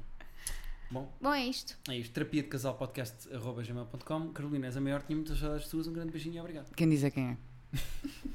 Speaker 1: Bom,
Speaker 2: Bom, é isto.
Speaker 1: é isto, terapia de casal podcast arroba gmail.com. Carolina, és a maior, tinha muitas saudades tuas, um grande beijinho e obrigado.
Speaker 3: Quem diz é quem é.